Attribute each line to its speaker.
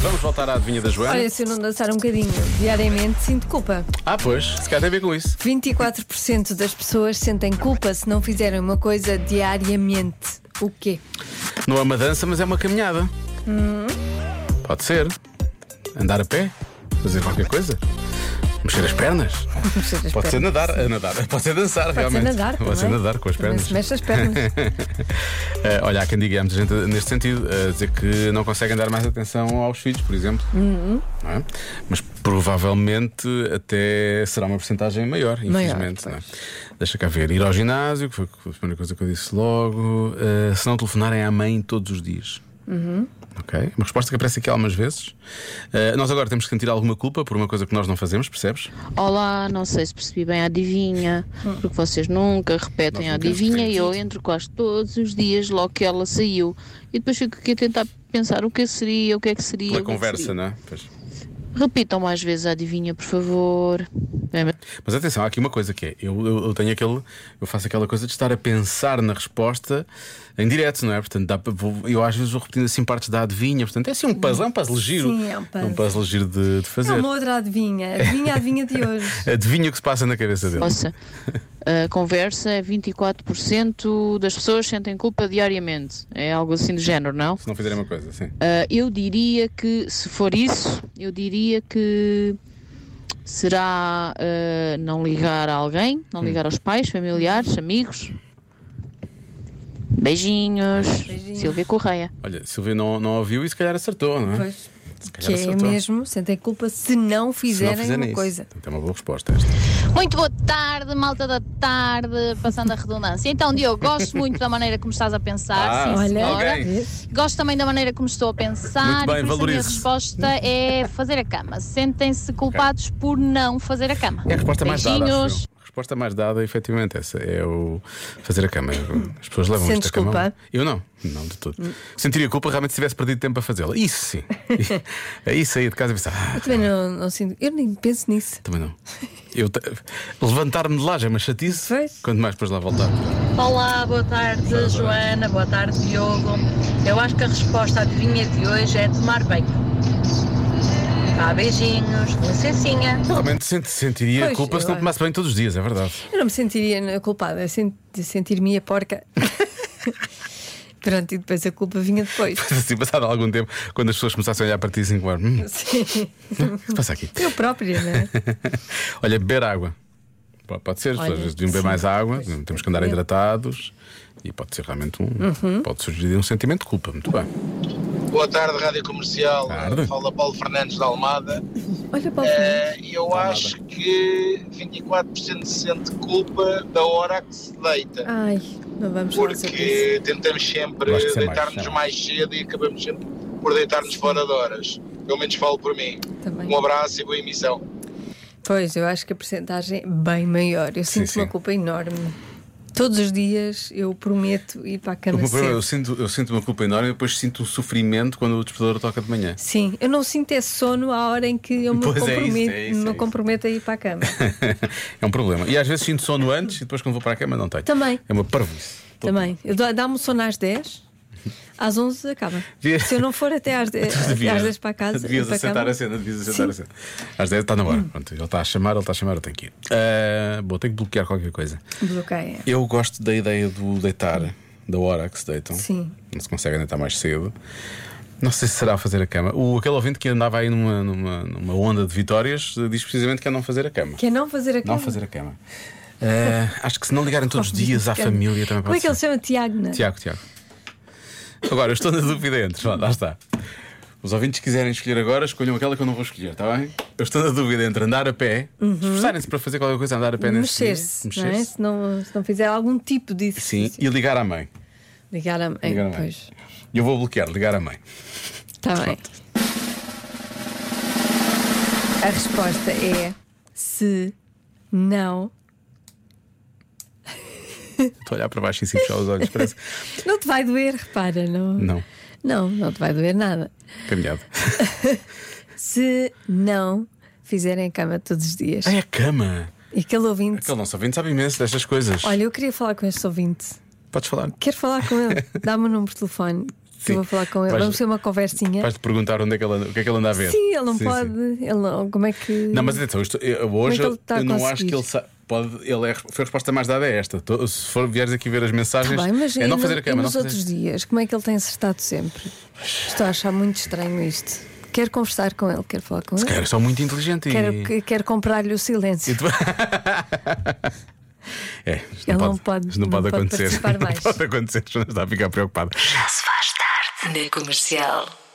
Speaker 1: Vamos voltar à adivinha da Joana.
Speaker 2: Olha, se eu não dançar um bocadinho diariamente, sinto culpa.
Speaker 1: Ah, pois, se calhar tem a ver com isso.
Speaker 2: 24% das pessoas sentem culpa se não fizerem uma coisa diariamente. O quê?
Speaker 1: Não é uma dança, mas é uma caminhada.
Speaker 2: Hum.
Speaker 1: Pode ser. Andar a pé, fazer qualquer coisa. Mexer as pernas.
Speaker 2: Mexer as
Speaker 1: Pode ser
Speaker 2: pernas.
Speaker 1: nadar, a nadar. Pode ser dançar,
Speaker 2: Pode
Speaker 1: realmente.
Speaker 2: ser nadar.
Speaker 1: Pode ser
Speaker 2: também.
Speaker 1: nadar com as
Speaker 2: Também
Speaker 1: pernas.
Speaker 2: Se mexe as pernas.
Speaker 1: Eh, olha, há quem diga há muita gente neste sentido, a dizer que não conseguem dar mais atenção aos filhos, por exemplo. Não é? Mas provavelmente até será uma porcentagem maior, infelizmente. não é? Deixa cá ver. Ir ao ginásio, que foi a primeira coisa que eu disse logo. Eh, se não telefonarem à mãe todos os dias. Ok? Uma resposta que aparece aqui algumas vezes. Eh, nós agora temos que sentir alguma culpa por uma coisa que nós não fazemos, percebes?
Speaker 3: Olá, não sei se percebi bem a adivinha, porque vocês nunca repetem
Speaker 1: Nós
Speaker 3: a
Speaker 1: nunca
Speaker 3: adivinha e
Speaker 1: repetimos.
Speaker 3: eu entro quase todos os dias logo que ela saiu. E depois fico aqui a tentar pensar o que seria, o que é que seria.
Speaker 1: Pela
Speaker 3: o que é que
Speaker 1: conversa,
Speaker 3: seria.
Speaker 1: não é? Pois.
Speaker 3: Repitam mais vezes a adivinha, por favor. Bem,
Speaker 1: Mas atenção, há aqui uma coisa que é: eu, eu, eu tenho aquele, eu faço aquela coisa de estar a pensar na resposta em direto, não é? Portanto, dá, para- vou- eu às vezes vou repetindo assim partes da adivinha, portanto, é assim um puzzle, é um puzzle giro.
Speaker 2: Sim, é um puzzle.
Speaker 1: giro de, de
Speaker 2: É
Speaker 1: fazer.
Speaker 2: uma outra adivinha. Adivinha, a adivinha de hoje.
Speaker 1: Adivinha o que se passa na cabeça dele.
Speaker 3: Nossa, a conversa é 24% das pessoas sentem culpa diariamente. É algo assim do género, não?
Speaker 1: Se não fizerem uma coisa, sim.
Speaker 3: Ah, eu diria que, se for isso, eu diria que será ah, não ligar a alguém, não ligar aos pais, familiares, amigos. Beijinhos.
Speaker 2: Beijinhos.
Speaker 3: Silvia Correia.
Speaker 1: Olha, Silvio não, não ouviu e se calhar acertou, não é?
Speaker 2: Pois.
Speaker 1: se calhar
Speaker 2: Que é
Speaker 1: acertou.
Speaker 2: mesmo, sentem culpa se não
Speaker 1: Se não
Speaker 2: fizerem, uma
Speaker 1: isso.
Speaker 2: coisa.
Speaker 1: Portanto, é uma boa resposta esta.
Speaker 4: Muito boa tarde, malta da tarde, passando a redundância. Então, Diogo, gosto muito da maneira como estás a pensar.
Speaker 1: Ah,
Speaker 4: sim,
Speaker 2: Olha,
Speaker 4: senhora.
Speaker 1: ok.
Speaker 4: Gosto também da maneira como estou a
Speaker 1: Muito bem,
Speaker 4: pensar. e por isso a minha
Speaker 1: valorize-se.
Speaker 4: resposta é fazer a cama. Sentem-se culpados por não fazer a cama.
Speaker 1: É a resposta mais dada.
Speaker 4: Beijinhos.
Speaker 1: acho eu. A resposta mais dada, efetivamente, essa é o fazer a cama. As pessoas levam
Speaker 2: Sentes
Speaker 1: isto a cama.
Speaker 2: culpa?
Speaker 1: Eu não, não de todo. Sentiria culpa realmente se tivesse perdido tempo a fazê-la. Isso sim. Aí saía de casa e pensar, ah,
Speaker 2: Eu também não, não sinto. Eu nem penso nisso.
Speaker 1: também não. Eu te- Levantar-me de lá já é uma chatice.
Speaker 2: Pois.
Speaker 1: Quanto mais depois lá voltar.
Speaker 5: Olá, boa tarde Joana, boa tarde Diogo. Eu acho que a resposta à adivinha de hoje é tomar banho. Vá, beijinhos, licencinha.
Speaker 1: Realmente sent- sentiria
Speaker 2: Pois,
Speaker 1: culpa se
Speaker 2: eu
Speaker 1: não
Speaker 2: acho.
Speaker 1: tomasse bem todos os dias, é verdade.
Speaker 2: Eu não me sentiria culpada, eu sent- sentir-me a porca. Pronto, e depois a culpa vinha depois.
Speaker 1: Assim, passado algum tempo, quando as pessoas começassem a olhar para ti assim, claro, hum,
Speaker 2: Sim.
Speaker 1: o que se passa aqui?
Speaker 2: Eu própria, não é?
Speaker 1: Olha, beber água. Pode, pode ser,
Speaker 2: Olha,
Speaker 1: às vezes deviam beber
Speaker 2: sim,
Speaker 1: mais água,
Speaker 2: pois.
Speaker 1: temos que andar hidratados e pode ser realmente um.
Speaker 2: Uhum.
Speaker 1: Pode surgir um sentimento de culpa, muito bem.
Speaker 6: Boa tarde, Rádio Comercial.
Speaker 1: Tarde.
Speaker 6: Fala Paulo Fernandes da Almada.
Speaker 2: Olha para o fundo.
Speaker 6: Eh, eu acho que 24% sente culpa da hora que se deita.
Speaker 2: Ai, não vamos falar sobre isso.
Speaker 6: Porque tentamos sempre
Speaker 1: Eu acho que isso é mais,
Speaker 6: deitar-nos
Speaker 1: não.
Speaker 6: mais cedo e acabamos sempre por deitar-nos fora de horas. Pelo menos falo por mim.
Speaker 2: Também.
Speaker 6: Um abraço e boa emissão.
Speaker 2: Pois, eu acho que a percentagem é bem maior. Eu
Speaker 1: Sim,
Speaker 2: sinto uma
Speaker 1: sim.
Speaker 2: culpa enorme. Todos os dias eu prometo ir para a
Speaker 1: O
Speaker 2: cama
Speaker 1: meu problema,
Speaker 2: cedo.
Speaker 1: é eu, sinto, eu sinto uma culpa enorme e depois sinto um sofrimento quando o despertador toca de manhã.
Speaker 2: Sim, eu não sinto é sono à hora em que eu me
Speaker 1: Pois é isso, é
Speaker 2: comprometo,
Speaker 1: isso, é
Speaker 2: me
Speaker 1: isso.
Speaker 2: comprometo a ir para a cama.
Speaker 1: é um problema. E às vezes sinto sono antes e depois quando vou para a cama não tenho.
Speaker 2: Também.
Speaker 1: É uma parvoíce.
Speaker 2: Também. Eu dou- Dá-me o sono às 10, às 11 acaba.
Speaker 1: Devia-
Speaker 2: Se eu não for até às 10,
Speaker 1: Tu
Speaker 2: até às 10 para casa,
Speaker 1: Devias
Speaker 2: ir para a
Speaker 1: aceitar
Speaker 2: cama, Hum.
Speaker 1: a cena, devias aceitar a cena. Às 10 está na hora. Pronto, ele está a chamar, ele está a chamar, eu tenho que ir. Ah, bom, tenho que bloquear qualquer coisa.
Speaker 2: bloqueia.
Speaker 1: Eu gosto da ideia do deitar, da hora que se deitam.
Speaker 2: Sim.
Speaker 1: Não se conseguem deitar mais cedo. Não sei se será fazer a cama. O, aquele ouvinte que andava aí numa, numa, numa onda de vitórias eh, diz precisamente que é não fazer a cama.
Speaker 2: Que é não fazer a cama.
Speaker 1: Não fazer a cama. Eh, acho que se não ligarem todos os dias à
Speaker 2: Cama.
Speaker 1: família também
Speaker 2: Como
Speaker 1: pode
Speaker 2: é que ele se
Speaker 1: ser.
Speaker 2: chama? Tiago, não é?
Speaker 1: Tiago, Tiago. Agora, eu estou na dúvida entre. Vá, Lá está. Os ouvintes que quiserem escolher agora, escolham aquela que eu não vou escolher, está bem? Eu estou na dúvida entre andar a pé, esforçarem-se para fazer qualquer coisa, andar a pé nesse dia,
Speaker 2: Uhum. Mexer-se, não é? Se não, se não fizer algum tipo disso.
Speaker 1: Sim, e ligar à mãe.
Speaker 2: Ligar a
Speaker 1: Ligar à
Speaker 2: mãe.
Speaker 1: mãe.
Speaker 2: É, Pois,
Speaker 1: Eu vou bloquear, ligar à mãe.
Speaker 2: está bem. A resposta é se não.
Speaker 1: Estou a olhar para baixo e sim fechar os olhos. Parece.
Speaker 2: Não te vai doer, repara, não.
Speaker 1: Não,
Speaker 2: Não, não te vai doer nada.
Speaker 1: caminhado.
Speaker 2: Se não fizerem a cama todos os dias.
Speaker 1: Ah, é a cama.
Speaker 2: E aquele ouvinte.
Speaker 1: Aquele nosso ouvinte sabe imenso destas coisas.
Speaker 2: Olha, eu queria falar com este ouvinte.
Speaker 1: Podes falar.
Speaker 2: Quero falar com ele. Dá-me o número de telefone. que eu vou falar com ele.
Speaker 1: Vais-
Speaker 2: Vamos ter uma conversinha.
Speaker 1: Vais-te perguntar onde é que ele anda, o que é que ele anda a ver.
Speaker 2: Sim, ele não pode.
Speaker 1: sim.
Speaker 2: Ele não, como é que.
Speaker 1: Não, mas atenção, isto- eu- hoje
Speaker 2: Como é que ele está a
Speaker 1: eu não
Speaker 2: conseguir?
Speaker 1: acho que ele sa- pode. Ele é, foi a resposta mais dada é esta. To- Se for vieres aqui ver as mensagens,
Speaker 2: Tá bem, mas
Speaker 1: é
Speaker 2: e
Speaker 1: não
Speaker 2: no-
Speaker 1: fazer a
Speaker 2: e
Speaker 1: cama, não
Speaker 2: nos
Speaker 1: fazer.
Speaker 2: outros dias, como é que ele tem acertado sempre? Estou a achar muito estranho isto. Quero conversar com ele, quero falar com ele.
Speaker 1: Cara, são É, muito inteligente
Speaker 2: Quero,
Speaker 1: e.
Speaker 2: que- quero comprar-lhe o silêncio.
Speaker 1: É, isto
Speaker 2: Ele
Speaker 1: não,
Speaker 2: não pode-
Speaker 1: isto não
Speaker 2: não
Speaker 1: pode
Speaker 2: pode
Speaker 1: acontecer.
Speaker 2: participar
Speaker 1: Não
Speaker 2: mais.
Speaker 1: pode acontecer, já está a ficar preocupado.
Speaker 7: Já se faz tarde na comercial.